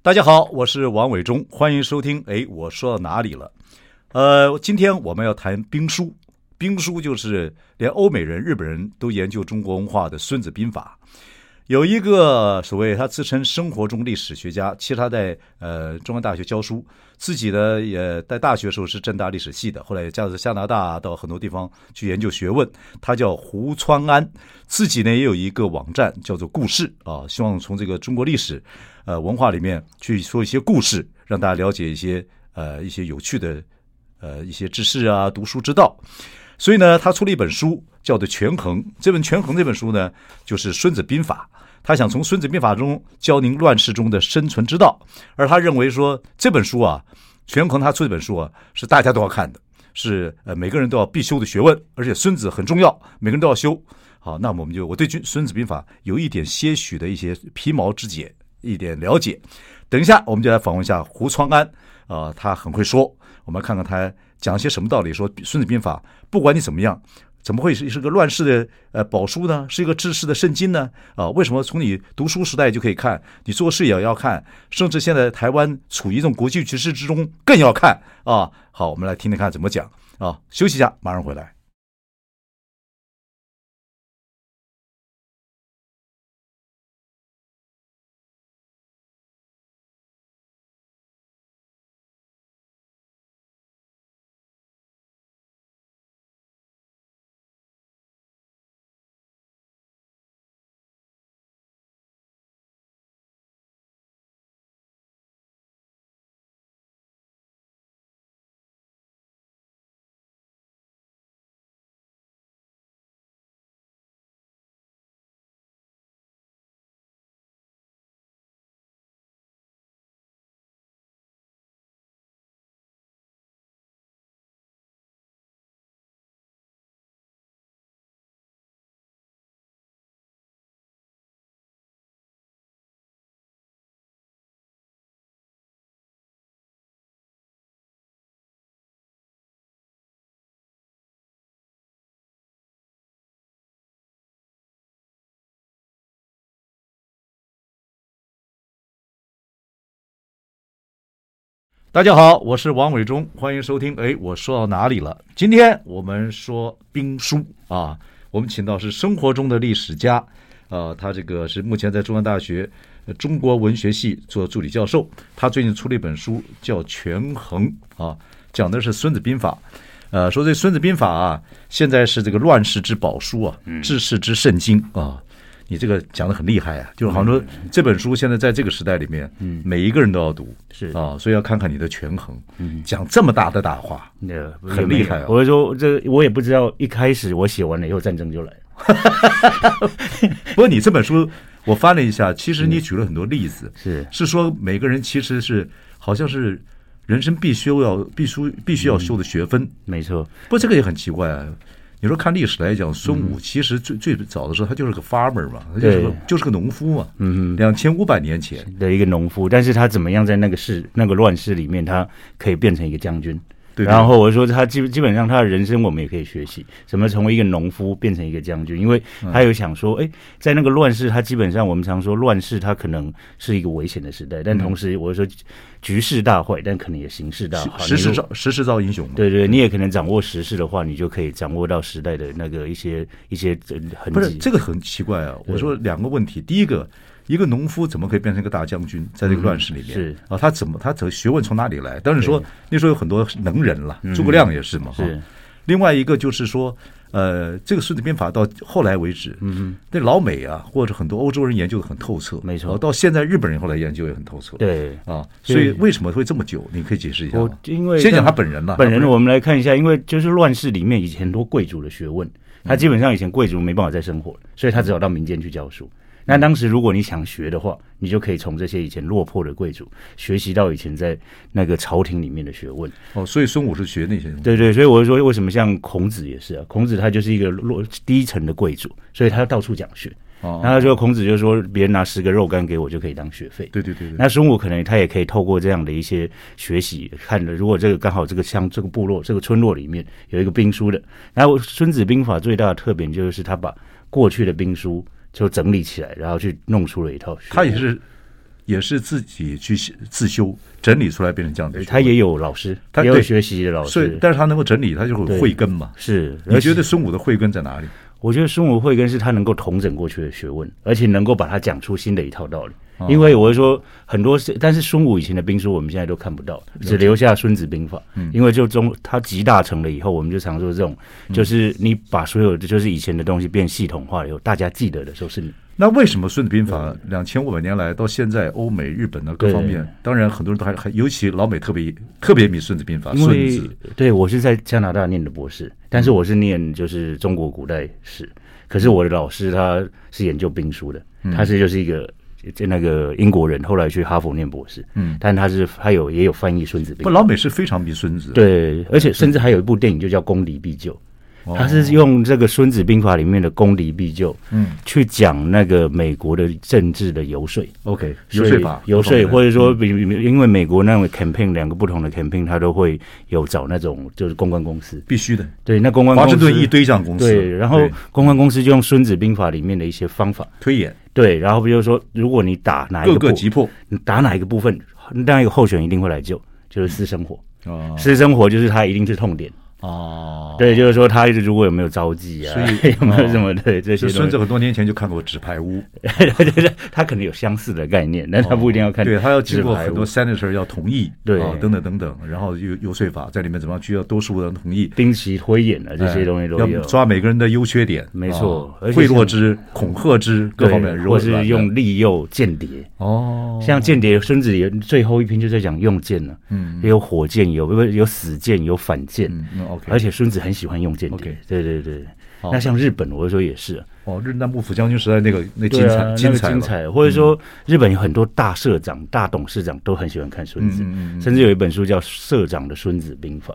大家好，我是王伟忠，欢迎收听。哎，我说到哪里了？呃，今天我们要谈兵书。兵书就是连欧美人、日本人都研究中国文化的《孙子兵法》。有一个所谓他自称生活中历史学家，其实他在呃中央大学教书，自己呢也在大学时候是正大历史系的，后来也嫁到加拿大，到很多地方去研究学问。他叫胡川安，自己呢也有一个网站叫做“故事”啊，希望从这个中国历史呃文化里面去说一些故事，让大家了解一些呃一些有趣的呃一些知识啊、读书之道。所以呢，他出了一本书，叫做《权衡》。这本《权衡》这本书呢，就是《孙子兵法》。他想从《孙子兵法》中教您乱世中的生存之道。而他认为说，这本书啊，《权衡》他出这本书啊，是大家都要看的，是呃每个人都要必修的学问，而且孙子很重要，每个人都要修。好，那我们就我对《孙子兵法》有一点些许的一些皮毛之解，一点了解。等一下，我们就来访问一下胡川安啊、他很会说，我们看看他讲些什么道理。说《孙子兵法》，不管你怎么样，怎么会是是个乱世的呃宝书呢？是一个治世的圣经呢？啊，为什么从你读书时代就可以看，你做事也要看，甚至现在台湾处于一种国际局势之中，更要看啊？好，我们来听听看怎么讲啊。休息一下，马上回来。大家好，我是王伟忠，欢迎收听。哎，我说到哪里了？今天我们说兵书啊，我们请到是生活中的历史家，呃，他这个是目前在中央大学呃中国文学系做助理教授。他最近出了一本书叫《权衡》啊，讲的是《孙子兵法》。呃，说这《孙子兵法》啊，现在是这个乱世之宝书啊，治世之圣经啊。你这个讲的很厉嗯害啊，就是好像说这本书现在在这个时代里面，每一个人都要读，是嗯啊，所以要看看你的权衡。讲这么大的大话，那很厉害啊我就说这我也不知道，一开始我写完了以后战争就来了。不过你这本书我翻了一下，其实你举了很多例子，是是说每个人其实是好像是人生必修要必须必须要修的学分。没错，不过这个也很奇怪啊。你说看历史来讲，孙武其实最最早的时候他就是个 farmer 嘛，他就是个嗯对就是个农夫嘛，嗯，两千五百年前，的一个农夫，但是他怎么样在那个世那个乱世里面，他可以变成一个将军。对然后我说他基基本上他的人生我们也可以学习，怎么从一个农夫变成一个将军，因为嗯他有想说，哎，在那个乱世，他基本上我们常说乱世，它可能是一个危险的时代，但同时我说局势大坏，但可能也形势大好，嗯时你势如造时势造英雄嘛。对对，你也可能掌握时事的话，你就可以掌握到时代的那个一些一些呃痕不是迹。这个很奇怪啊！我说两个问题，第一个，一个农夫怎么可以变成一个大将军，在这个乱世里面？嗯是啊，他怎么他怎么学问从哪里来？当然说那时候有很多能人了，诸葛亮也是嘛。哈嗯是另外一个就是说，呃，这个《孙子兵法》到后来为止，嗯，那老美啊，或者很多欧洲人研究的很透彻，没错啊到现在日本人后来研究也很透彻，对啊，所以为什么会这么久？你可以解释一下我吗？因为先讲他本人啊吧，本人，他我们来看一下，因为就是乱世里面以前很多贵族的学问，嗯他基本上以前贵族没办法再生活，所以他只好到民间去教书。那当时如果你想学的话，你就可以从这些以前落魄的贵族学习到以前在那个朝廷里面的学问。哦，所以孙武是学那些东西，对对，所以我就说为什么像孔子也是啊，孔子他就是一个落低层的贵族，所以他到处讲学。哦然后就孔子就说，别人拿十个肉干给我就可以当学费。对对对对，那孙武可能他也可以透过这样的一些学习，看了如果这个刚好这个乡这个部落这个村落里面有一个兵书的，然后《孙子兵法》最大的特点就是他把过去的兵书就整理起来，然后去弄出了一套学问。他也是也是自己去自修整理出来变成这样的学问。他也有老师，他也有对学习的老所以师，，但是他能够整理，他就会对慧根嘛。是。你而且觉得孙武的慧根在哪里？我觉得孙武慧根是他能够统整过去的学问，而且能够把它讲出新的一套道理。因为我是说很多是，但是孙武以前的兵书我们现在都看不到，只留下《孙子兵法》因为就中它集大成了以后，我们就常说这种，就是你把所有的就是以前的东西变系统化了以后，大家记得的时候是你。那为什么《孙子兵法》两千五百年来到现在，欧美、日本的各方面，当然很多人都还还，尤其老美特别特别迷《孙子兵法》。因啊孙为子，对我是在加拿大念的博士，但是我是念就是中国古代史，可是我的老师他是研究兵书的，嗯他是就是一个。就那个英国人后来去哈佛念博士，嗯，但他是他有也有翻译《孙子兵不，法》，老美是非常迷孙子。，对，而且甚至还有一部电影就叫《公敌必救》，哦他是用这个《孙子兵法》里面的“公敌必救”，嗯，去讲那个美国的政治的游说， ，OK，游说法，游各说，方面或者说比，比因为美国那种 campaign 两个不同的 campaign，它都会有找那种就是公关公司，必须的。对，那公关华公司盛顿一堆这样公司，对，然后对公关公司就用《孙子兵法》里面的一些方法，推演对，然后比如说，如果你打哪一各个部个，击破你打哪一个部分，那一个候选一定会来救，就是私生活，啊私生活就是它一定是痛点，啊，对，就是说他如果有没有招妓啊，所以 有没有什么对这些就孙东子西，很多年前就看过纸牌屋， 他可能有相似的概念，但他不一定要看纸牌对屋。他要经过很多 senator 要同意，对啊等等等等，然后有游说法在里面怎么样需要多数人同意，定期推演啊，这些东西都哎有要。抓每个人的优缺点，没错啊而且贿赂之、恐吓之各对方面柔或软的，是用利诱间谍，哦，像间谍《孙子》也最后一篇就在讲用箭了，嗯，也有火箭，有不有死箭，有反箭，嗯嗯，OK，而且孙子很喜欢用间谍 OK，对对对。那像日本，我就说也是，哦，日南幕府将军时代那个那对精彩、啊，那精个彩嗯精了，彩，或者说日本有很多大社长、大董事长都很喜欢看《孙子》嗯嗯嗯甚至有一本书叫《社长的孙子兵法》。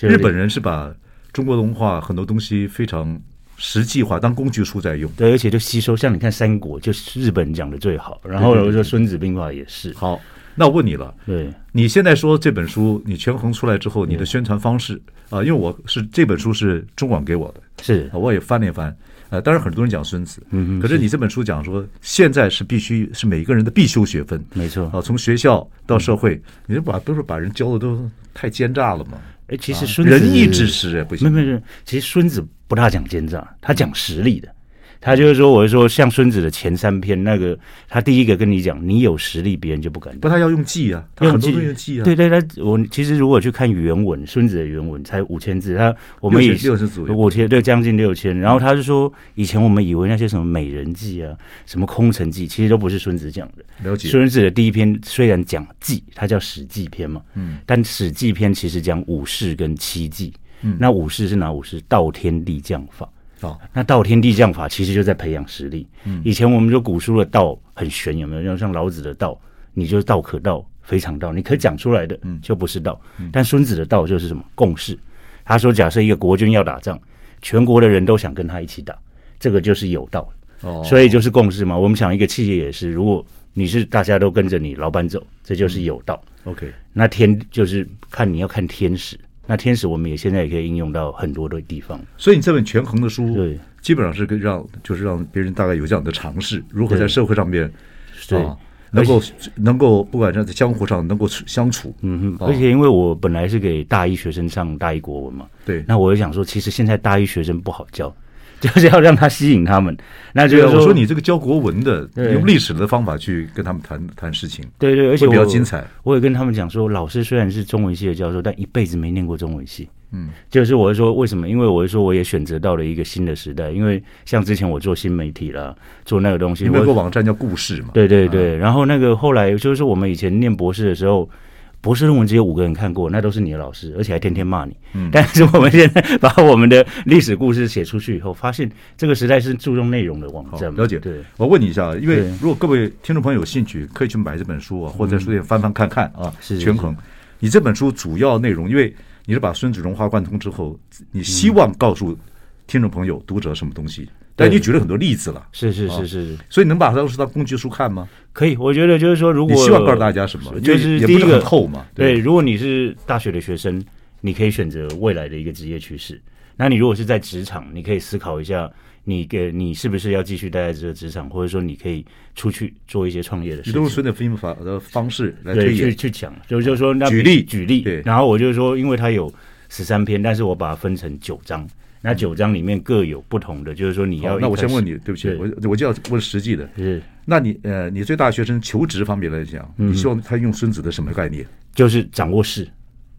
就是日本人是把中国文化很多东西非常实际化，当工具书在用。对，而且就吸收，像你看《三国》，就是日本讲的最好，然后对对我说《孙子兵法》也是，好，那我问你了。对你现在说这本书你权衡出来之后，你嗯的宣传方式啊、因为我是这本书是中广给我的，是啊，我也翻了一翻。呃，当然很多人讲孙子，嗯可是你这本书讲说，现在是必须是每个人的必修学分，没错啊，从学校嗯到社会，你就把不是把人教的都太奸诈了嘛，哎，其实啊孙子、仁义之师也不没行，没没，其实孙子不大讲奸诈，他讲实力的。嗯他就是说，我是说，像孙子的前三篇那个，他第一个跟你讲，你有实力，别人就不敢不他要用计啊，他很多东西用计啊，对对，他我其实如果去看原文，孙子的原文才五千字，他我们六以千六十左右五千对嗯将近六千，然后他是说以前我们以为那些什么美人计啊、什么空城计，其实都不是孙子讲的。了解，孙子的第一篇虽然讲计，它叫《史记》篇嘛，嗯，但《史记》篇其实讲武士跟七计，嗯，那武士是哪武士？道天地将法。啊，那道天地将法其实就在培养实力。嗯，以前我们说古书的道很玄，有没有？要像老子的道，你就是道可道，非常道，你可讲出来的就不是道。但孙子的道就是什么共识。他说，假设一个国君要打仗，全国的人都想跟他一起打，这个就是有道。哦所以就是共识嘛。我们想一个企业也是，如果你是大家都跟着你老板走，这就是有道。 ，OK，那天就是看你要看天使，那天使我们也现在也可以应用到很多的地方。所以你这本权衡的书，对基本上是跟让就是让别人大概有这样的尝试，如何在对社会上面对。啊能够能够不管是在江湖上能够处相处，嗯而且因为我本来是给大一学生上大一国文嘛，对。那我就想说，其实现在大一学生不好教， 就是要让他吸引他们。那就对是啊，说，我说你这个教国文的，对用历史的方法去跟他们谈谈事情，对对，而且会我比较精彩。我也跟他们讲说，老师虽然是中文系的教授，但一辈子没念过中文系。嗯，就是我是说为什么？因为我是说我也选择到了一个新的时代，因为像之前我做新媒体啦，做那个东西，你们有个我网站叫故事嘛？对对啊对，然后那个后来就是我们以前念博士的时候。博士论文只有五个人看过，那都是你的老师，而且还天天骂你。嗯、但是我们现在把我们的历史故事写出去以后，发现这个时代是注重内容的网好站嘛。了解对，我问你一下，啊因为对如果各位听众朋友有兴趣，可以去买这本书啊，或者在书店翻翻看看啊。嗯是是权衡，你这本书主要内容，因为你是把孙子融化贯通之后，你希望告诉听众朋友、读者什么东西，但嗯对你举了很多例子了，是是是是，所以能把它当时当工具书看吗？可以。我觉得就是说，如你果希望告诉大家什么？就因为是也第不一是个很厚嘛。对，如果你是大学的学生，你可以选择未来的一个职业趋势。那你如果是在职场，你可以思考一下，你给你是不是要继续待在这个职场，或者说你可以出去做一些创业的事你情都。是顺着兵法的方式来对，推去演。去讲，就就说那举比例举例，对然后我就说，因为它有十三篇，但是我把它分成九章，那九章里面各有不同的，就是说你嗯好要，那我先问你，你，对不起，对我我就要问实际的。就是那你呃，你对大学生求职方面来讲，嗯你希望他用孙子的什么概念？就是掌握势，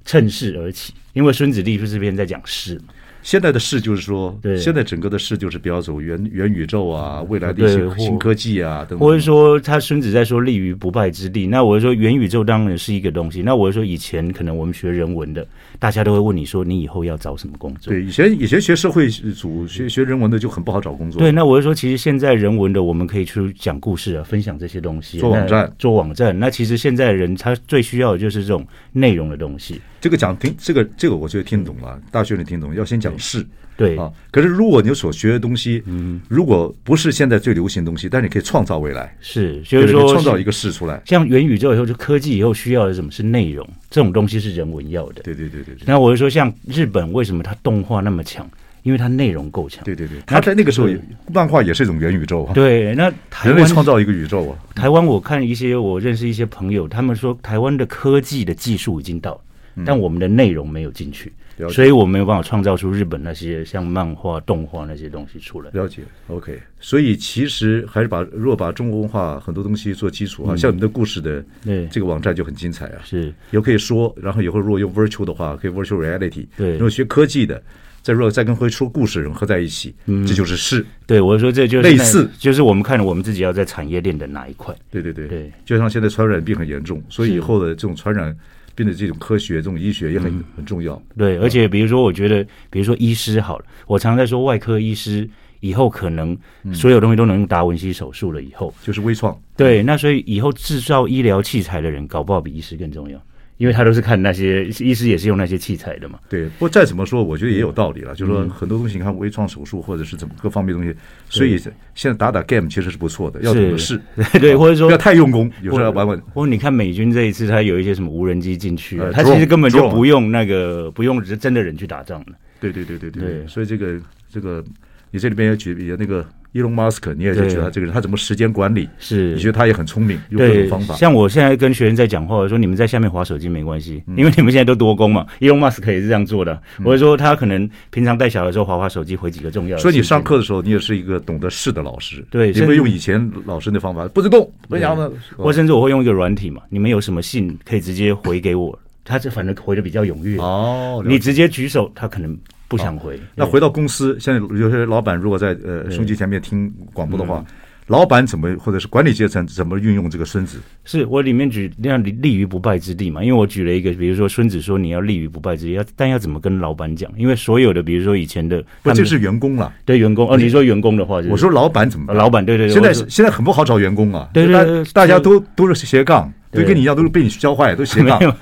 趁势而起，因为《孙子弟》就是篇在讲势嘛，现在的事就是说，对嗯现在整个的事就是比较走元元宇宙啊，未来的对一些或新科技啊等或者等。说他孙子在说立于不败之地，那我就说元宇宙当然是一个东西，那我就说以前可能我们学人文的，大家都会问你说你以后要找什么工作，对，以前以前学社会组、学学人文的就很不好找工作。对，那我就说，其实现在人文的我们可以去讲故事啊，分享这些东西，做网站那做网站。那其实现在人他最需要的就是这种内容的东西。这个讲听这个这个我就听懂了，大学里听懂，要先讲事嗯对，啊。可是如果你所学的东西，嗯，如果不是现在最流行的东西，但是你可以创造未来，是，就对不是对说你创造一个事出来。像元宇宙以后，就科技以后需要的是什么是内容，这种东西是人文要的。对对对对对那我就说，像日本为什么它动画那么强？因为它内容够强。对对对，他在那个时候也，漫画也是一种元宇宙啊，对，那台人类湾创造一个宇宙啊。台湾，我看一些我认识一些朋友，他们说台湾的科技的技术已经到了，但我们的内容没有进去嗯了，解所以我没有办法创造出日本那些像漫画、动画那些东西出来。了解，OK。所以其实还是把如果把中国文化很多东西做基础啊，像你们的故事的对这个网站就很精彩啊，是有可以说，然后以后如果用 virtual 的话，可以 virtual reality。对如果学科技的，再如果再跟会说故事的人合在一起，这就是是。对我说这就是类那似就是我们看我们自己要在产业链的哪一块。对对对对，就像现在传染病很严重，所以以后的这种传染病的这种科学、这种医学也很很重要。对，而且比如说，我觉得，比如说医师好了，我常在说外科医师以后可能嗯所有东西都能用达文西手术了以后，就是微创，对，那所以以后制造医疗器材的人，搞不好比医师更重要，因为他都是看那些医师也是用那些器材的嘛。对。不过再怎么说，我觉得也有嗯道理了，就是说很多东西，你看微创手术或者是怎么各方面东西，所以现在打打 game 其实是不错的，要懂得试， 对，或者不说要太用功，有时候要玩玩。或哦你看美军这一次，他有一些什么无人机进去、啊呃，他其实 drone，根本就 drone 不用那个不用真的人去打仗了。对对对对对。对所以这个这个，你这里边也举也那个。伊隆马斯克，你也是对觉得他这个人，他怎么时间管理？是你觉得他也很聪明，用各种对方，法。像我现在跟学生在讲话，我说你们在下面划手机没关系，因为你们现在都多工嘛。Elon Musk 也是这样做的。我就说他可能平常带小孩的时候划划手机，回几个重要的事情。所以你上课的时候，你也是一个懂得试的老师。对你甚会至用以前老师的方法，不准动，不讲哦了。或甚至我会用一个软体嘛，你们有什么信可以直接回给我，他这反正回的比较踊跃。哦，了解你直接举手，他可能不想回。哦那回到公司，现在有些老板如果在呃收音机前面听广播的嗯话，老板怎么或者是管理阶层怎么运用这个孙子？是我里面举那样立立于不败之地嘛，因为我举了一个，比如说孙子说你要立于不败之地，要但要怎么跟老板讲？因为所有的，比如说以前的，不，他们这是员工了。啊对员工哦，你说员工的话、就是，我说老板怎么呃办？老板对对对，现在我说现在很不好找员工啊，对对大对对大家都都是斜杠，都对跟你一样，都是被你教坏，都斜杠啊。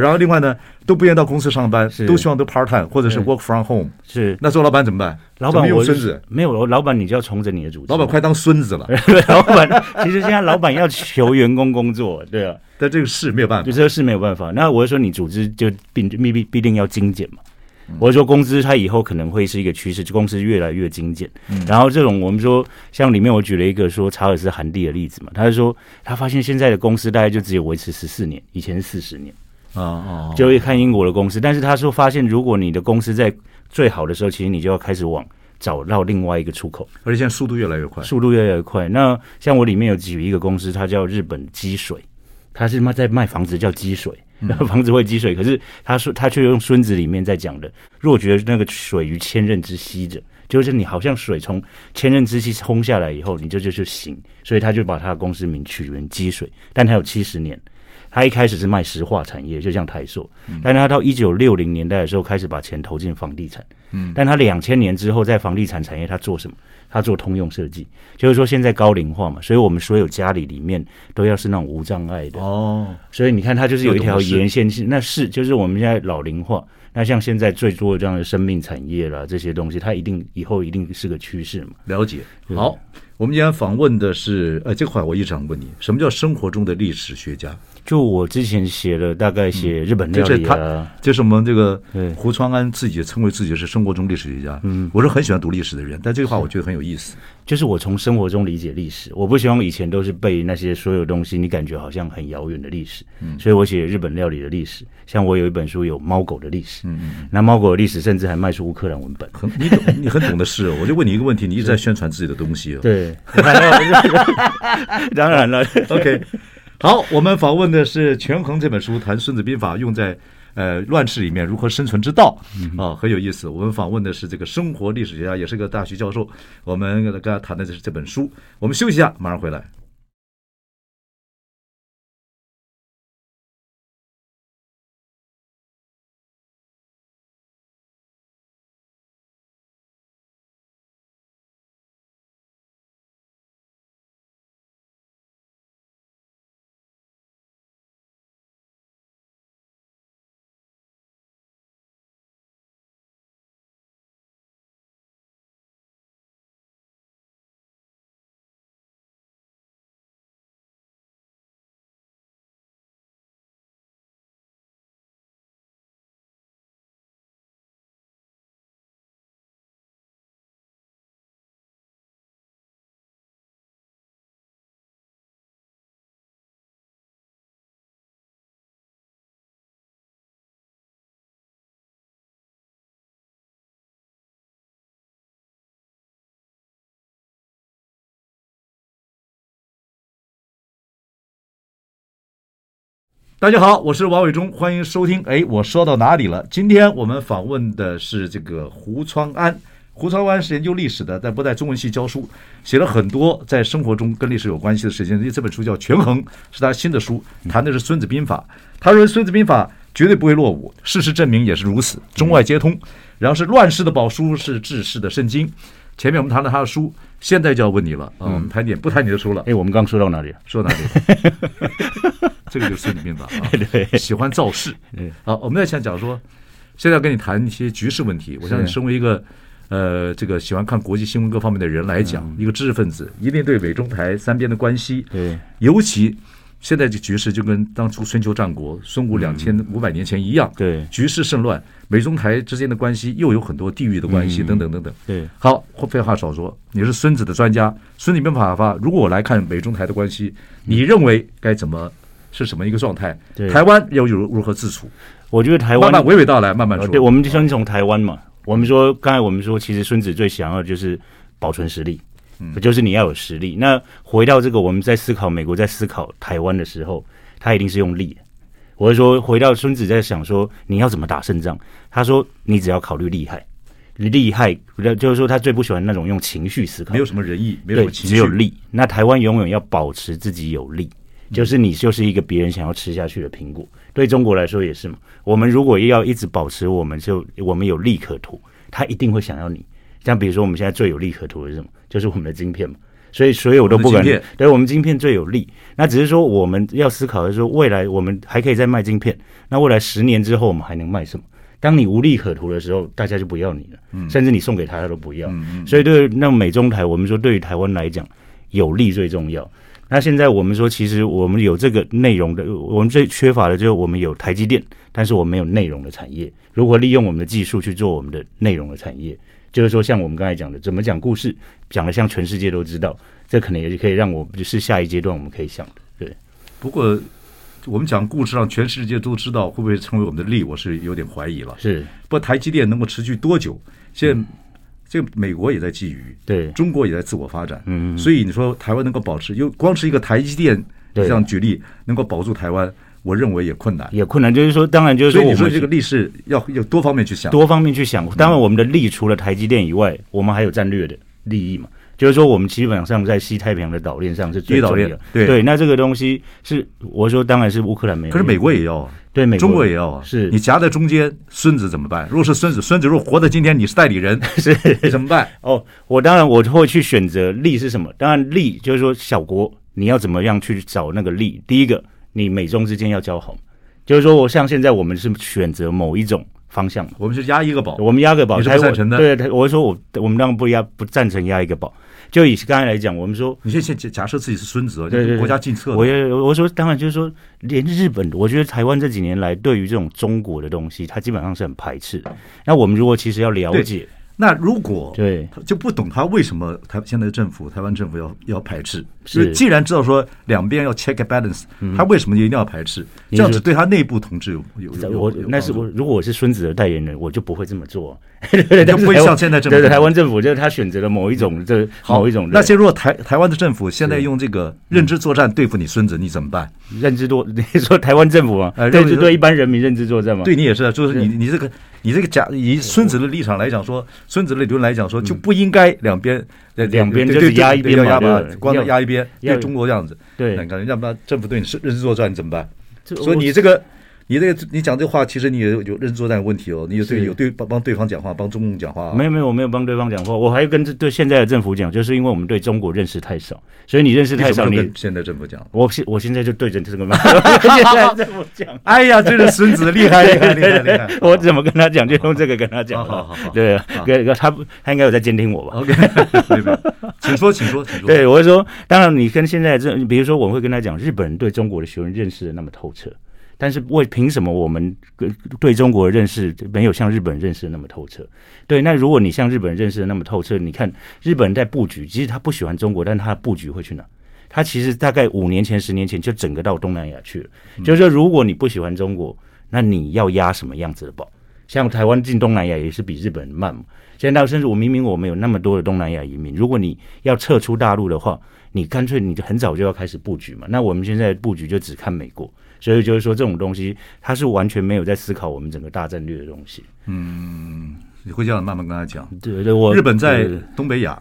然后另外呢，都不愿意到公司上班，是都希望都 part time 或者是对 work from home。是那做老板怎么办？老怎么板，用我就孙子，没有老板，你就要重整你的组织。老板快当孙子了。对， 老板，其实现在老板要求员工工作，对啊，但这个事没有办法就，这是没有办法。那我就说你组织就必必必必定要精简嘛。我就说公司它以后可能会是一个趋势，就公司越来越精简。然后这种我们说像里面我举了一个说查尔斯韩蒂的例子嘛，他就说他发现现在的公司大概就只有维持十四年，以前是四十年。啊啊，就会看英国的公司，但是他说发现如果你的公司在最好的时候，其实你就要开始往找到另外一个出口。而且现在速度越来越快。速度越来越快。那像我里面有举一个公司，它叫日本积水，它是卖在卖房子叫积水，那 房子会积水，可是他说他却用《孙子》里面在讲的，若觉得那个水于千仞之溪者。就是你好像水从千仞之溪冲下来以后，你这就是行，所以他就把他的公司名取为积水，但他有七十年，他一开始是卖石化产业，就像台塑，嗯但是他到一九六零年代的时候开始把钱投进房地产，嗯，但他两千年之后在房地产产业他做什么？他做通用设计，就是说现在高龄化嘛，所以我们所有家里里面都要是那种无障碍的，哦，所以你看它就是有一条这种是沿线性，那是就是我们现在老龄化，那像现在最多的这样的生命产业啦这些东西，它一定以后一定是个趋势嘛。了解。好，我们今天访问的是，呃，这块我一直想问你，什么叫生活中的历史学家？就我之前写了大概写日本料就是理他啊，就是我们这个对胡川安自己称为自己是生活中历史学家。嗯，我是很喜欢读历史的人，但这句话我觉得很有意思。就是我从生活中理解历史，我不希望以前都是背那些所有东西，你感觉好像很遥远的历史。嗯，所以我写日本料理的历史，像我有一本书有猫狗的历史，嗯嗯，那猫狗的历史甚至还卖出乌克兰文本。很，你懂，你很懂的事哦。我就问你一个问题，你一直在宣传自己的东西哦。对， 当然了， OK，好，我们访问的是《权衡》这本书，谈《孙子兵法》用在呃乱世里面如何生存之道啊，很有意思。我们访问的是这个生活历史学家，也是个大学教授。我们跟他谈的是这本书。我们休息一下，马上回来。大家好，我是王伟忠，欢迎收听。哎，我说到哪里了？今天我们访问的是这个胡川安。胡川安是研究历史的，但不在中文系教书，写了很多在生活中跟历史有关系的事情。因为这本书叫《权衡》，是他新的书，谈的是《孙子兵法》。他认为《孙子兵法》绝对不会落伍，事实证明也是如此，中外皆通。然后是乱世的宝书，是治世的圣经。前面我们谈了他的书，现在就要问你了啊！我们谈点不谈你的 书了， 哎，我们刚说到哪 里了？说哪里？ 这个就是孙子兵法啊，喜欢造势。好，我们在想讲说，现在要跟你谈一些局势问题。我相信身为一个呃这个喜欢看国际新闻各方面的人来讲，一个知识分子一定对美中台三边的关系，对，尤其现在这局势就跟当初春秋战国、孙吴两千五百年前一样，对局势甚乱，美中台之间的关系又有很多地域的关系等等等等。对，好，废话少说，你是孙子的专家，《孙子兵法》法，如果我来看美中台的关系，你认为该怎么是什么一个状态？嗯对台湾要如如何自处？我觉得台湾哦慢慢娓娓道来，慢慢说。呃对，我们就先从台湾嘛。我们说，刚才我们说，其实孙子最想要的就是保存实力，嗯就是你要有实力。那回到这个，我们在思考美国在思考台湾的时候，他一定是用力的。我是说，回到孙子在想说你要怎么打胜仗，他说你只要考虑利害，利害就是说他最不喜欢那种用情绪思考没，有什么仁义，没有对什，么情绪，只有利。那台湾永远要保持自己有利，嗯就是你就是一个别人想要吃下去的苹果。对中国来说也是嘛，我们如果要一直保持我们就我们有利可图，他一定会想要你。像比如说我们现在最有利可图的是什么？就是我们的晶片嘛。所以，所以我都不我敢们的晶片。对我们晶片最有利。那只是说，我们要思考的是说，未来我们还可以再卖晶片。那未来十年之后，我们还能卖什么？当你无利可图的时候，大家就不要你了，嗯甚至你送给他，他都不要。所以对于那美中台，我们说对于台湾来讲，有利最重要。那现在我们说，其实我们有这个内容的，我们最缺乏的就是我们有台积电，但是我们没有内容的产业。如何利用我们的技术去做我们的内容的产业？就是说，像我们刚才讲的，怎么讲故事，讲的像全世界都知道，这可能也是可以让我就是下一阶段我们可以想的。对，不过，我们讲故事让全世界都知道，会不会成为我们的利？我是有点怀疑了。是，不，台积电能够持续多久？现嗯在这个美国也在觊觎，对，中国也在自我发展。嗯，所以你说台湾能够保持，又光是一个台积电对这样举例，能够保住台湾，我认为也困难。也困难。就是说，当然就是所说，以我你说们这是个嗯历史要要多方面去想。多方面去想。当然，我们的利除了台积电以外，我们还有战略的利益嘛。就是说，我们基本上在西太平洋的岛链上是最第一岛重要链对那这个东西是我说，当然是乌克兰没有。可是美国也要啊，对美国中国也要啊。是你夹在中间，孙子怎么办？如果是孙子，孙子如果活到今天，你是代理 人，是怎么办？哦，我当然我会去选择利是什么？当然利就是说小国你要怎么样去找那个利。第一个，你美中之间要交好，就是说我像现在我们是选择某一种方向嘛。我们就押一个宝。我们押个宝，你是台不赞成的对，台我是说我我们当然不押不赞成押一个宝，就以刚才来讲，我们说你现在假假设自己是孙子哦，对对对国家禁策的，我也我说，当然就是说，连日本，我觉得台湾这几年来对于这种中国的东西，它基本上是很排斥的。那我们如果其实要了解，那如果对就不懂他为什么台现在的政府台湾政府要要排斥，是嗯就既然知道说两边要 check and balance，、他为什么一定要排斥？这你样说子对他内部同志有有有有我有那是帮我如果我是孙子的代言人，我就不会这么做，对对就不会但是台湾像现在这么对对，做台湾政府就是他选择了某一种这助某一种那些如果台台湾的政府现在用这个认知作战对付你孙嗯子，你怎么办？认知多， 你说台湾政府吗？呃对认知对对，一般人民认知作战吗？对你也是啊，就是你你这个你这个假以孙子的立场来讲说，孙子的理论来讲说就不应该两边呃嗯两边对就是对对压一边对嘛要压对吧不对，光要压一边，要对中国这样子，对那，你看要不然政府对你是认知作战，你怎么办？这所以我你这个，你这个，你讲这话，其实你也有有认知作战的问题哦。你有对是有对帮帮对方讲话，帮中共讲话、没有没有，我没有帮对方讲话，我还跟这对现在的政府讲，就是因为我们对中国认识太少，所以你认识太你怎少，么你跟现在政府讲？我现我现在就对着 这个麦克风现在这么讲，哎呀，这是孙 子厉害厉害厉害厉 害！我怎么跟他讲就用这个跟他讲好了好好好。对，跟跟他不他应该有在监听我吧？ OK，没有 没有，请说，请说，请说。对，我是说，当然你跟现在这，比如说我会跟他讲，日本人对中国的学问认识的那么透彻，但是为凭什么我们跟对中国的认识没有像日本人认识的那么透彻？对，那如果你像日本人认识的那么透彻，你看日本人在布局，其实他不喜欢中国，但他的布局会去哪？他其实大概五年前、十年前就整个到东南亚去了。就是说，如果你不喜欢中国，那你要压什么样子的宝？像台湾进东南亚也是比日本人慢嘛。现在到甚至我明明我们有那么多的东南亚移民，如果你要撤出大陆的话，你干脆你就很早就要开始布局嘛。那我们现在布局就只看美国，所以就是说这种东西它是完全没有在思考我们整个大战略的东西。你回家慢慢跟他讲。对对，我日本在对东北亚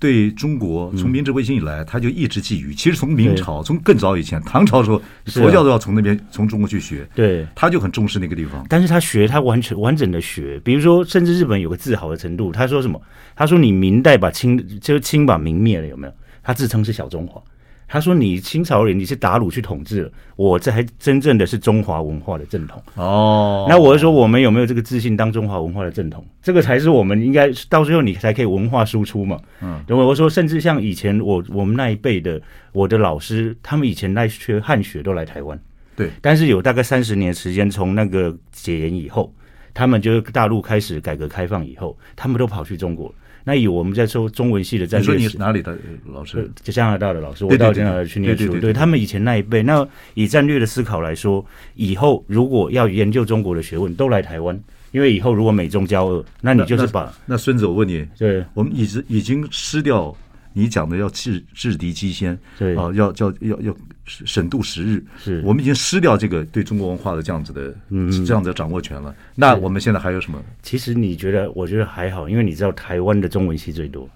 对中国，从明治维新以来，他就一直觊觎。其实从明朝，从更早以前，唐朝的时候，是啊佛教都要从那边从中国去学，对他就很重视那个地方。但是他学他完全完整的学，比如说，甚至日本有个自豪的程度，他说什么？他说你明代把清就是清把明灭了，有没有？他自称是小中华。他说你清朝人你是打虏去统治了，我这还真正的是中华文化的正统。哦那我是说，我们有没有这个自信当中华文化的正统？这个才是我们应该到最后你才可以文化输出嘛。嗯，等我说，甚至像以前我我们那一辈的我的老师，他们以前那学汉学都来台湾，对，但是有大概三十年时间，从那个解严以后，他们就是大陆开始改革开放以后，他们都跑去中国了。那以我们在说中文系的战你说略你史是哪里的呃老师？就加拿大的老师，我对对到对加拿大去对念对书。对对对他们以前那一辈，那以战略的思考来说，以后如果要研究中国的学问，都来台湾，因为以后如果美中交恶，那你就是把那孙子，我问你，对我们已经已经失掉你讲的要制制敌机先，对啊、要要要要审度时日，是我们已经失掉这个对中国文化的这样子的、嗯这样子的掌握权了。那我们现在还有什么？其实你觉得，我觉得还好，因为你知道台湾的中文系最多，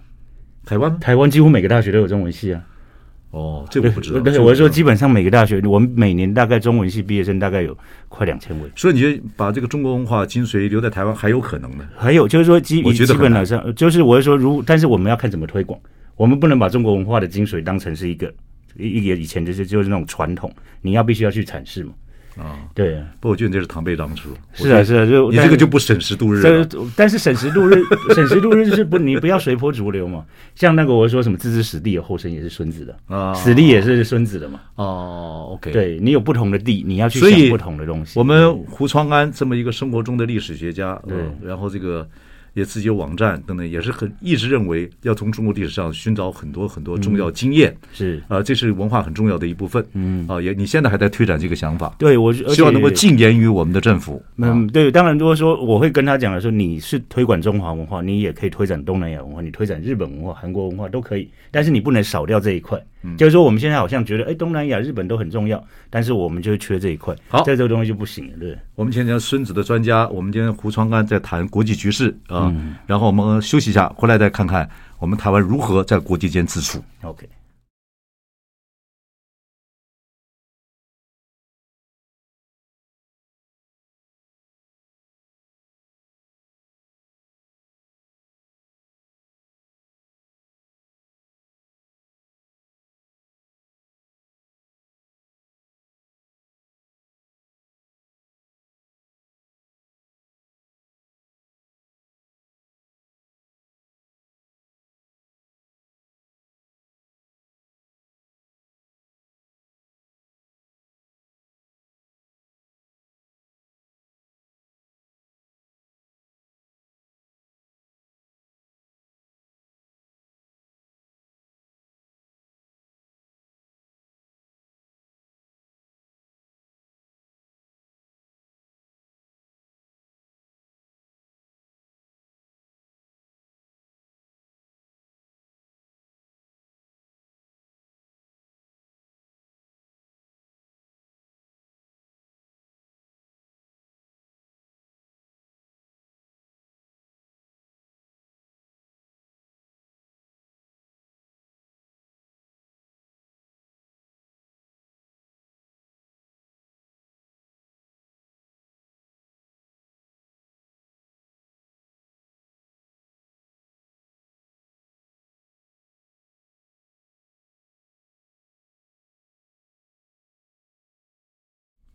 台湾？台湾几乎每个大学都有中文系啊。哦，这个我不知道。对，这对个我不是知说道基本上每个大学，我们每年大概中文系毕业生大概有快两千位。所以你就把这个中国文化精髓留在台湾还有可能的。还有就是说基我觉得基很本难上就是我是说如，但是我们要看怎么推广，我们不能把中国文化的精髓当成是一个一一个以前就是就是那种传统，你要必须要去阐释嘛。啊，对啊，不，我觉得你这是螳臂当初。是啊，是啊，就你这个就不审时度日这了。个但是审时度日， 审时度日是不你不要随波逐流嘛。像那个我说什么置之死地而后生也是孙子的，啊死地也是孙子的嘛。哦，OK，对你有不同的地，你要去所以想不同的东西。我们胡创安这么一个生活中的历史学家，对呃然后这个也自己有网站等等，也是很一直认为要从中国历史上寻找很多很多重嗯要经验，是啊、这是文化很重要的一部分，嗯，啊，也你现在还在推展这个想法，对我而希望能够且进言于我们的政府，啊嗯，对，当然，如果说我会跟他讲的说，你是推广中华文化，你也可以推展东南亚文化，你推展日本文化、韩国文化都可以，但是你不能少掉这一块。嗯就是说，我们现在好像觉得，哎，东南亚、日本都很重要，但是我们就是缺这一块，好在这个东西就不行了，对。我们今天孙子的专家，我们今天胡创安在谈国际局势啊，嗯然后我们休息一下，回来再看看我们台湾如何在国际间自处。 OK，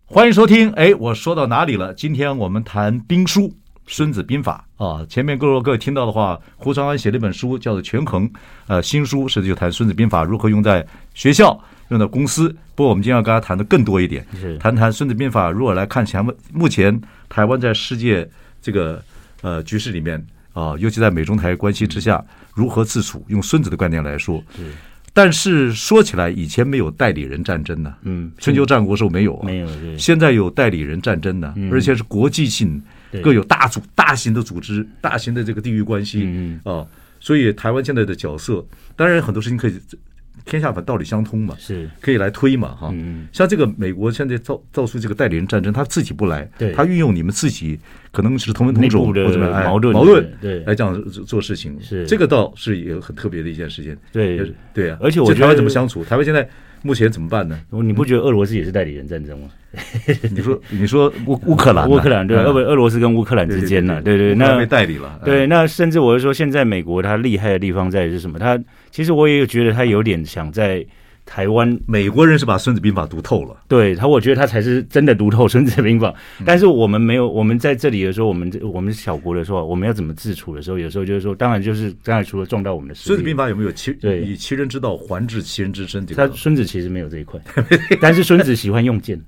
欢迎收听。哎，我说到哪里了？今天我们谈兵书《孙子兵法》啊。前面各位各位听到的话，胡长安写了一本书叫做《权衡》，呃，新书是就谈《孙子兵法》如何用在学校、用在公司。不过我们今天要跟大家谈的更多一点，是谈谈《孙子兵法》如何来看前目前台湾在世界这个呃局势里面啊、尤其在美中台关系之下如何自处。用孙子的观点来说，但是说起来，以前没有代理人战争呢、嗯，春秋战国时候没有啊，没有对现在有代理人战争呢、而且是国际性，嗯对各有大组、大型的组织、大型的这个地域关系啊、嗯所以台湾现在的角色，当然很多事情可以天下反道理相通嘛，是可以来推嘛哈、嗯像这个美国现在造造出这个代理人战争，他自己不来对，他运用你们自己可能是同文同种内部的或者什么哎矛盾矛盾对来这样做做事情，是这个倒是也很特别的一件事情。也对是。对啊，而且我这觉台湾得怎么相处？台湾现在目前怎么办呢？你不觉得俄罗斯也是代理人战争吗？ 你说你说乌乌克兰啊、乌克兰对，嗯俄俄罗斯跟乌克兰之间呢，对对，乌克兰那被代理了，嗯对，那甚至我是说，现在美国它厉害的地方在于是什么？它其实我也觉得它有点想在台湾，美国人是把《孙子兵法》读透了，对它，我觉得它才是真的读透《孙子兵法》。嗯但是我们没有，我们在这里的时候，我们这我们小国的时候，我们要怎么自处的时候，有时候就是说，当然就是当然除了撞到我们的《实孙子力兵。法》有没有其对以其人之道还治其人之身？这他个呃孙子其实没有这一块， 但是孙子喜欢用剑，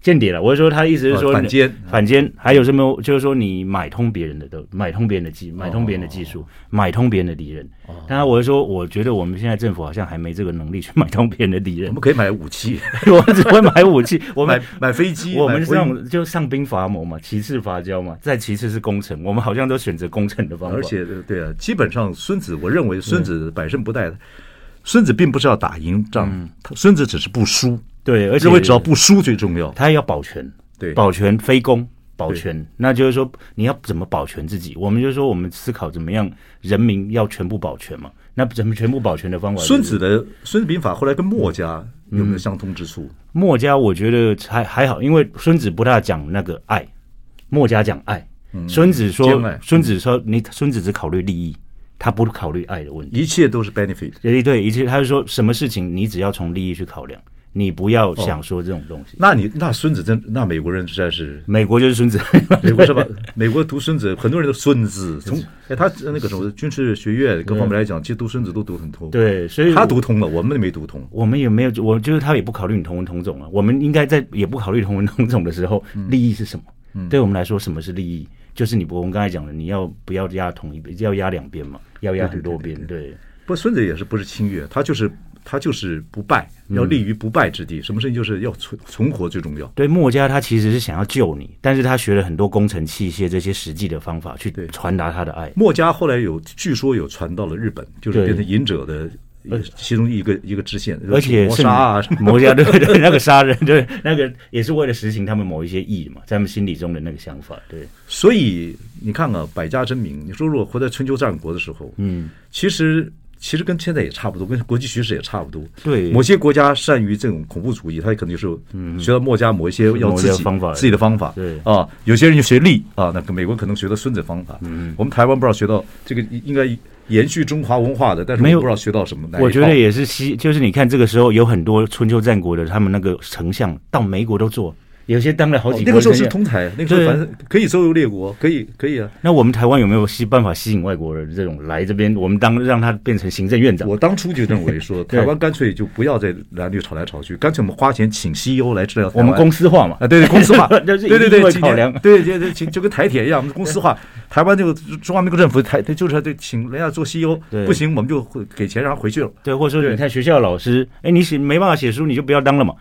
间谍了。我是说，他的意思是说呃，反间反间还有什么？就是说，你买通别人的都买通别人的哦技，买通别人的技术，买通别人的敌人。当然，我是说，我觉得我们现在政府好像还没这个能力去买通别人的敌我人 们。可以买武器，我们只会买武器，我们买 买飞机，我们是买那飞机种就上兵伐谋嘛，其次伐交嘛，再其次是攻城。我们好像都选择攻城的方法。嗯而且呃对啊，基本上孙子，我认为孙子百胜不殆。孙子并不是要打赢仗，他孙子只是不输，对，嗯而且认为只要不输最重要。他要保全，对保全非攻，保全，那就是说你要怎么保全自己？我们就说我们思考怎么样，人民要全部保全嘛。那怎么全部保全的方法就是？孙子的《孙子兵法》后来跟墨家嗯有没有相通之处？墨家，我觉得还还好，因为孙子不大讲那个爱，墨家讲爱。孙子说嗯兼爱，孙子说你孙子只考虑利益，他不考虑爱的问题。一切都是 benefit。对对，一切他就说什么事情你只要从利益去考量，你不要想说这种东西。那你那孙子真那美国人实在是美国就是孙子，美国是 吧？美国读孙子，很多人都孙子。从哎，他那个什么军事学院各方面来讲，其实读孙子都读很通。，对，所以他读通了，我们没读通。我们也没有，我就是他也不考虑你同文同种啊。我们应该在也不考虑同文同种的时候，利益是什么？对我们来说，什么是利益？就是你不，我们刚才讲的，你要不要压同一边，要压两边嘛，要压很多边。对，不，孙子也是不是侵略，他就是他就是不败，嗯要立于不败之地。什么事情就是要存存活最重要。对，墨家他其实是想要救你，但是他学了很多工程器械这些实际的方法去传达他的爱。墨家后来有据说有传到了日本，就是对呃变成隐者的其中一个一个支线，而且谋是杀 啊，魔家对对，那个杀人 对，那个也是为了实行他们某一些意嘛，在他们心里中的那个想法。对，所以你看啊，百家争鸣。你说如果活在春秋战国的时候，嗯，其实其实跟现在也差不多，跟国际局势也差不多。对嗯某些国家善于这种恐怖主义，他可能就是学到墨家某一些要某些自己方法自己的方法。对啊，有些人就学力啊，那个美国可能学到孙子方法。嗯，我们台湾不知道学到这个应该延续中华文化的，但是我没们有不知道学到什么。哪一我觉套得也是西，就是你看这个时候有很多春秋战国的他们那个丞相到美国都做，有些当了好哦几那国个的时候丞是相。通台，那个时候对反正可以周游列国，可以可以啊。那我们台湾有没有吸办法吸引外国人这种来这边？我们当让他变成行政院长？我当初就认为 说，对台湾干脆就不要再蓝绿吵来吵去，干脆我们花钱请 CEO 来治疗台我湾。们公司化嘛？啊，对 对，公司化，这对是对一对，定会今考年量对对对，请就跟台铁一样，我们公司 化。台湾这个中华民国政府台，对就是对，请人家做 CEO，对不行我们就会给钱让他回去了。对，或者说对你看学校老师，哎，你写没办法写书，你就不要当了嘛。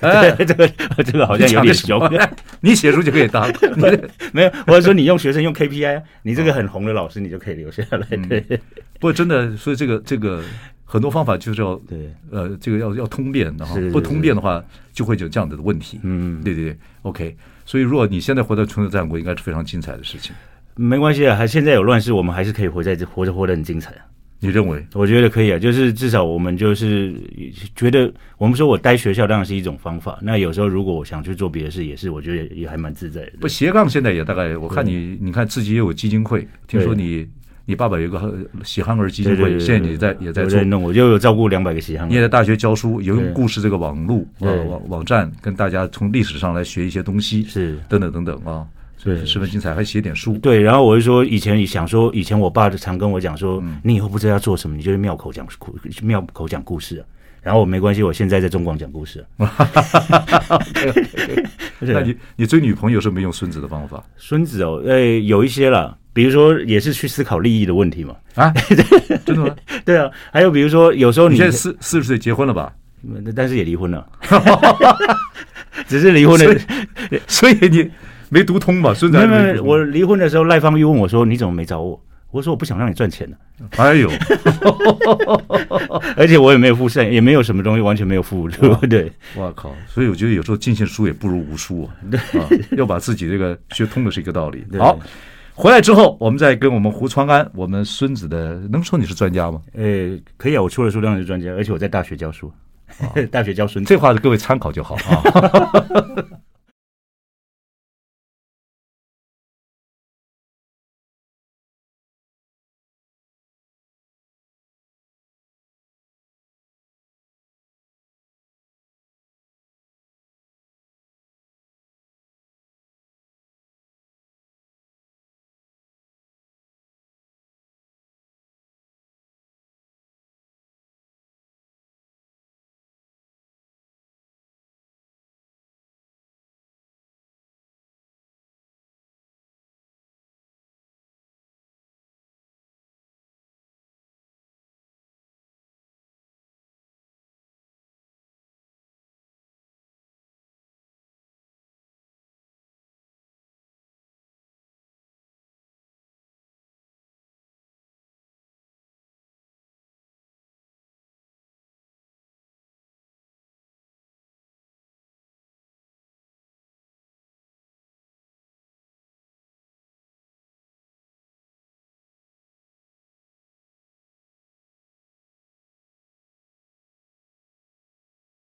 哎 这个这个好像有你点讲凶的，什么 你写书就可以当， 你这 没有，或者说你用学生用 KPI，啊你这个很红的老师，你就可以留下来。嗯对不过真的，所以这个这个很多方法就是要对，呃，这个要要通变的哈是是，不通变的话就会有这样子的问题。嗯，对对对，OK。所以如果你现在活在春秋战国，应该是非常精彩的事情。没关系啊，还现在有乱世，我们还是可以活在这活着活得很精彩啊。你认为？我觉得可以啊，就是至少我们就是觉得，我们说我待学校当然是一种方法，那有时候如果我想去做别的事，也是我觉得也也还蛮自在的。不，斜杠现在也大概，我看你，你看自己也有基金会，听说你你爸爸有一个喜憨儿基金对对会，对，现在你在也在我做，弄，我就有照顾两百个喜羊你也在羊。大学教书，有用故事这个网路对呃网网站跟大家从历史上来学一些东西，是，等等等等啊，对十分精彩，还写点书，对，然后我就说，以前想说，以前我爸就常跟我讲说，嗯你以后不知道要做什么，你就去庙口讲故，去庙口讲故事、啊。然后我没关系，我现在在中广讲故事、啊。 对那你你追女朋友是没用孙子的方法孙子哦，呃，有一些啦，比如说也是去思考利益的问 题嘛。 啊？真的吗？对啊，还有比如说有时候你你现在四四十岁结婚了吧？但是也 离婚了，只是离婚所的以所以你没读通吧？孙子没还有没没读通有没有，我离婚的时候，赖芳玉问我说：“你怎么没找我？”我说：“我不想让你赚钱呢、哎呦，而且我也没有付赡，也没有什么东西，完全没有付出。对， 我靠！所以我觉得有时候尽信书也不如无书啊，啊要把自己这个学通了是一个道理。对好，回来之后我们再跟我们胡传安，我们孙子的，能说你是专家吗？呃，可以啊，我出了书当然是专家，而且我在大学教书，哦 大学教孙子。这话各位参考就好 啊。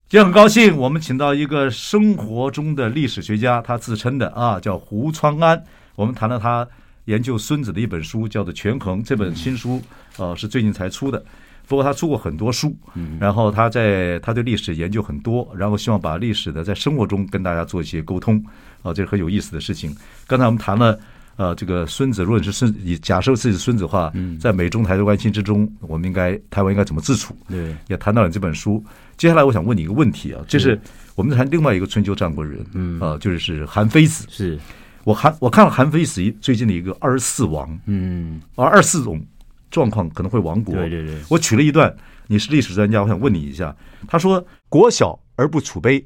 今天很高兴，我们请到一个生活中的历史学家，他自称的啊叫胡川安。我们谈了他研究孙子的一本书，叫做《权衡》。这本新书呃是最近才出的，不过他出过很多书，然后他在他对历史研究很多，然后希望把历史的在生活中跟大家做一些沟通啊，这是很有意思的事情。刚才我们谈了。呃，这个孙子，如果你是孙，以假设自己是孙子的话，在美中台的关系之中，我们应该台湾应该怎么自处？对，也谈到了你这本书。接下来我想问你一个问题啊，就是我们谈另外一个春秋战国人，嗯啊，就是韩非子。是，我韩我看了韩非子一最近的一个二十四王，嗯，而二十四种状况可能会亡国。对对对我取了一段，你是历史专家，我想问你一下。他说：“国小而不储备，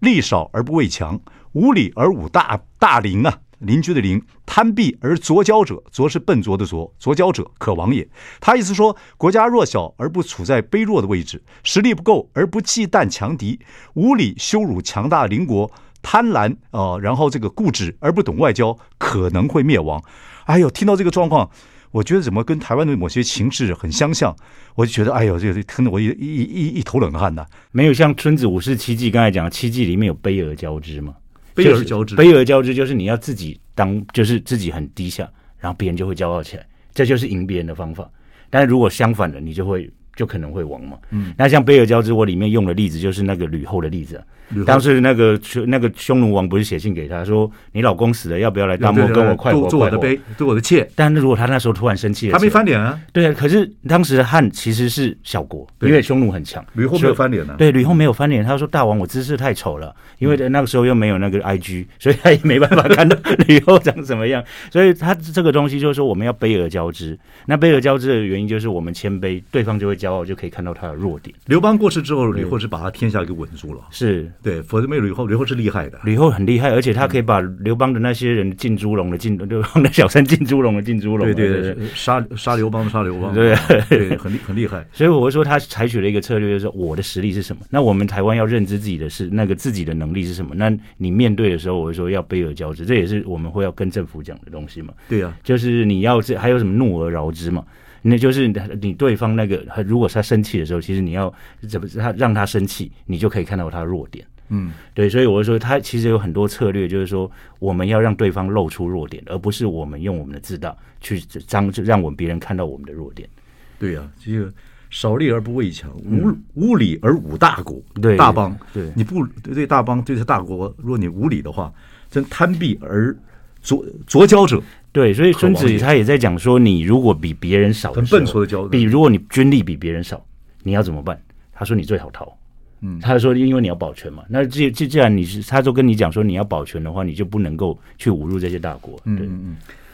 力少而不畏强，无礼而无大大邻啊。”邻居的邻，贪鄙而左骄者，左是笨拙的拙，左骄者可亡也。他意思说，国家弱小而不处在卑弱的位置，实力不够而不忌惮强敌，无礼羞辱强大邻国，贪婪啊、呃然后这个固执而不懂外交，可能会灭亡。哎呦，听到这个状况，我觉得怎么跟台湾的某些情势很相像，我就觉得哎呦，这个听得我一一一一头冷汗呐、没有像《孙子五世七记》刚才讲，七记里面有卑而交之嘛？卑而就是交之卑而交之就是你要自己当，就是自己很低下，然后别人就会骄傲起来，这就是赢别人的方法。但是如果相反的，你就会就可能会亡嘛。嗯，那像卑而交之，我里面用的例子就是那个吕后的例子啊、吕后当时那个那个匈奴王不是写信给他说，你老公死了，要不要来大漠跟我快活做做我快的活？卑，做我的妾，但如果他那时候突然生气了，他没翻脸啊，对啊，可是当时的汉其实是小国，对因为匈奴很强，吕后没有翻脸呢、啊对，吕后没有翻脸，她说大王我姿势太丑了，嗯因为那个时候又没有 那个 IG，所以她也没办法看到吕后长什么样， 所以她这个东西就是说我们要卑而交之。那卑而交之的原因就是我们谦卑，对方就会骄傲，就可以看到他的弱点。刘邦过世之后，吕后是把他天下给稳住了，是对，否则没有吕后，吕后是厉害的。吕后很厉害，而且她可以把刘邦的那些人进猪笼的进，刘邦的小三进猪笼的进猪笼对了，对对，杀杀刘邦，杀刘邦，啊对对，很厉很厉害。所以我会说，他采取了一个策略，就是说我的实力是什么？那我们台湾要认知自己的是那个自己的能力是什么？那你面对的时候，我会说要卑而交之，这也是我们会要跟政府讲的东西嘛。对呀、就是你要这还有什么怒而饶之嘛？那就是你对方那个，如果他生气的时候，其实你要怎么他让他生气，你就可以看到他的弱点。嗯对，所以我就说，他其实有很多策略，就是说我们要让对方露出弱点，而不是我们用我们的自大去张让我们别人看到我们的弱点。对呀、这个少力而不为强，无无礼而武大国，嗯对大邦，对你不对对大邦对这大国，如果你无礼的话，真贪鄙而左左交者，对，所以渴望孙子也他也在讲说，你如果比别人少的很时候，笨拙的教比如果你军力比别人少，你要怎么办？他说你最好逃。嗯他说因为你要保全嘛，那既既既然你是，他都跟你讲说你要保全的话，你就不能够去侮辱这些大国。嗯对，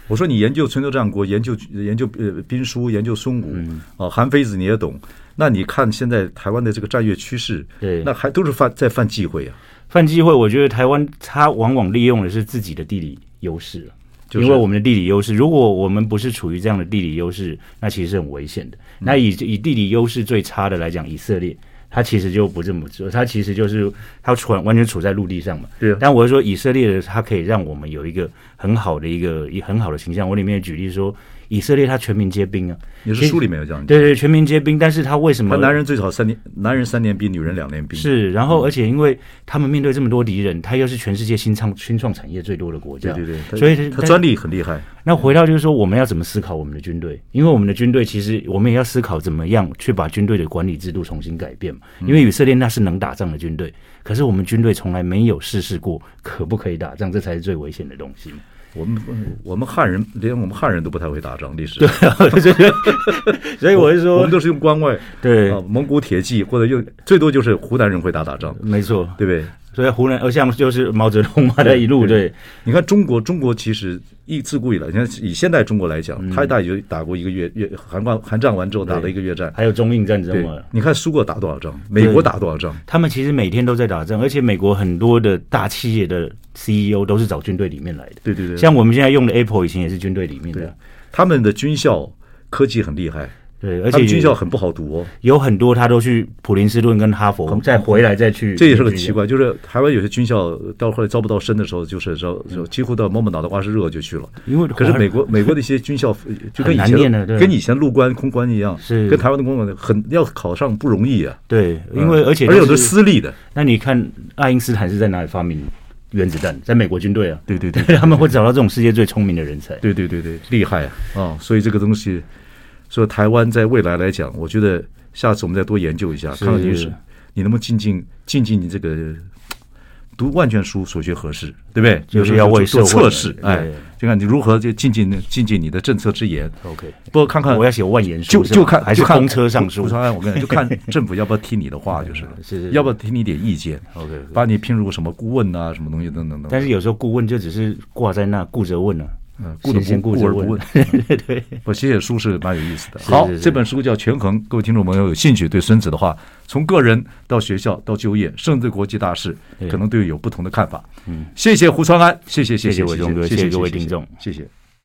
我说你研究春秋战国，研究研究呃兵书，研究孙武，嗯啊，韩非子你也懂。那你看现在台湾的这个战略趋势，对那还都是犯在犯忌讳啊。犯忌讳，我觉得台湾它往往利用的是自己的地理优势了就是因为我们的地理优势，如果我们不是处于这样的地理优势，那其实是很危险的。嗯那以以地理优势最差的来讲，以色列，它其实就不这么做，它其实就是它处完全处在陆地上嘛。对啊但我是说以色列的，它可以让我们有一个很好的一个一很好的形象。我里面举例说，以色列它全民皆兵啊，你是书里面有讲，对对，全民皆兵，但是它为什他么啊男人最少三年，男人三年兵，女人两年兵。是，嗯然后而且因为他们面对这么多敌人，他又是全世界新创新创产业最多的国对家，对对，他所以他专利很厉害。那回到就是说，我们要怎么思考我们的军队？因为我们的军队其实我们也要思考怎么样去把军队的管理制度重新改变嘛。嗯因为以色列那是能打仗的军队，可是我们军队从来没有试试过可不可以打仗，这才是最危险的东西嘛。我们我们汉人连我们汉人都不太会打仗，历史上。所以我是我说们，都是用关外对，啊，蒙古铁骑或者用最多就是湖南人会打打仗，没错。对不对？所以湖南，呃，像就是毛泽东嘛，他一路对对你看中国，中国其实一自古以来，你看以现代中国来嗯讲，他大有打过一个越越韩战韩战完之后打了一个越战，还有中印战争对嘛，，你看苏国打多少仗，美国打多少仗，他们其实每天都在打仗，而且美国很多的大企业的 CEO 都是找军队里面来的。对对对，像我们现在用的 Apple 以前也是军队里面的，他们的军校科技很厉害，对，而他且们军校很不好读哦，有很多他都去普林斯顿跟哈佛，再回来再去，这也是很奇。怪，就是台湾有些军校到后来招不到生的时候，就是说就几乎到摸摸脑袋瓜是热就去了。因为可是美 国美国的一些军校呃就跟以很难前念的对跟以前陆关空关一样，是跟台湾的空关很要考上不容易啊，对，因为而且而且有的就是私立的，那你看爱因斯坦是在哪里发明原子弹？在美国军队啊，对对 对他们会找到这种世界最聪明的人才。对对对对，厉害啊！啊，所以这个东西，所以台湾在未来来讲，我觉得下次我们再多研究一下，是看看你是你能不能进进进进你这个读万卷书所学何事，对不对？就是有时候要为做社会测试，对哎，就看你如何就进进进进你的政策之言， OK，多看看我。要写万言书嗯就是吗，就看还是就看公车上补书偿案我跟你讲，就看政府要不要听你的话，就是了， 是是要不要听你点意见， ？OK，把你聘入什么顾问啊，什么东西等等等等。但是有时候顾问就只是挂在那顾着问啊，嗯，顾得先不顾顾着而不问啊问， 我写写书是蛮有意思的。是好是，是这本书叫《权衡》，各位听众朋友有兴趣对孙子的话，从个人到学校到就业，甚至国际大事，对可能对有不同的看法。嗯，谢谢胡传安，谢谢谢谢谢谢伟忠哥谢谢谢各位听众谢谢。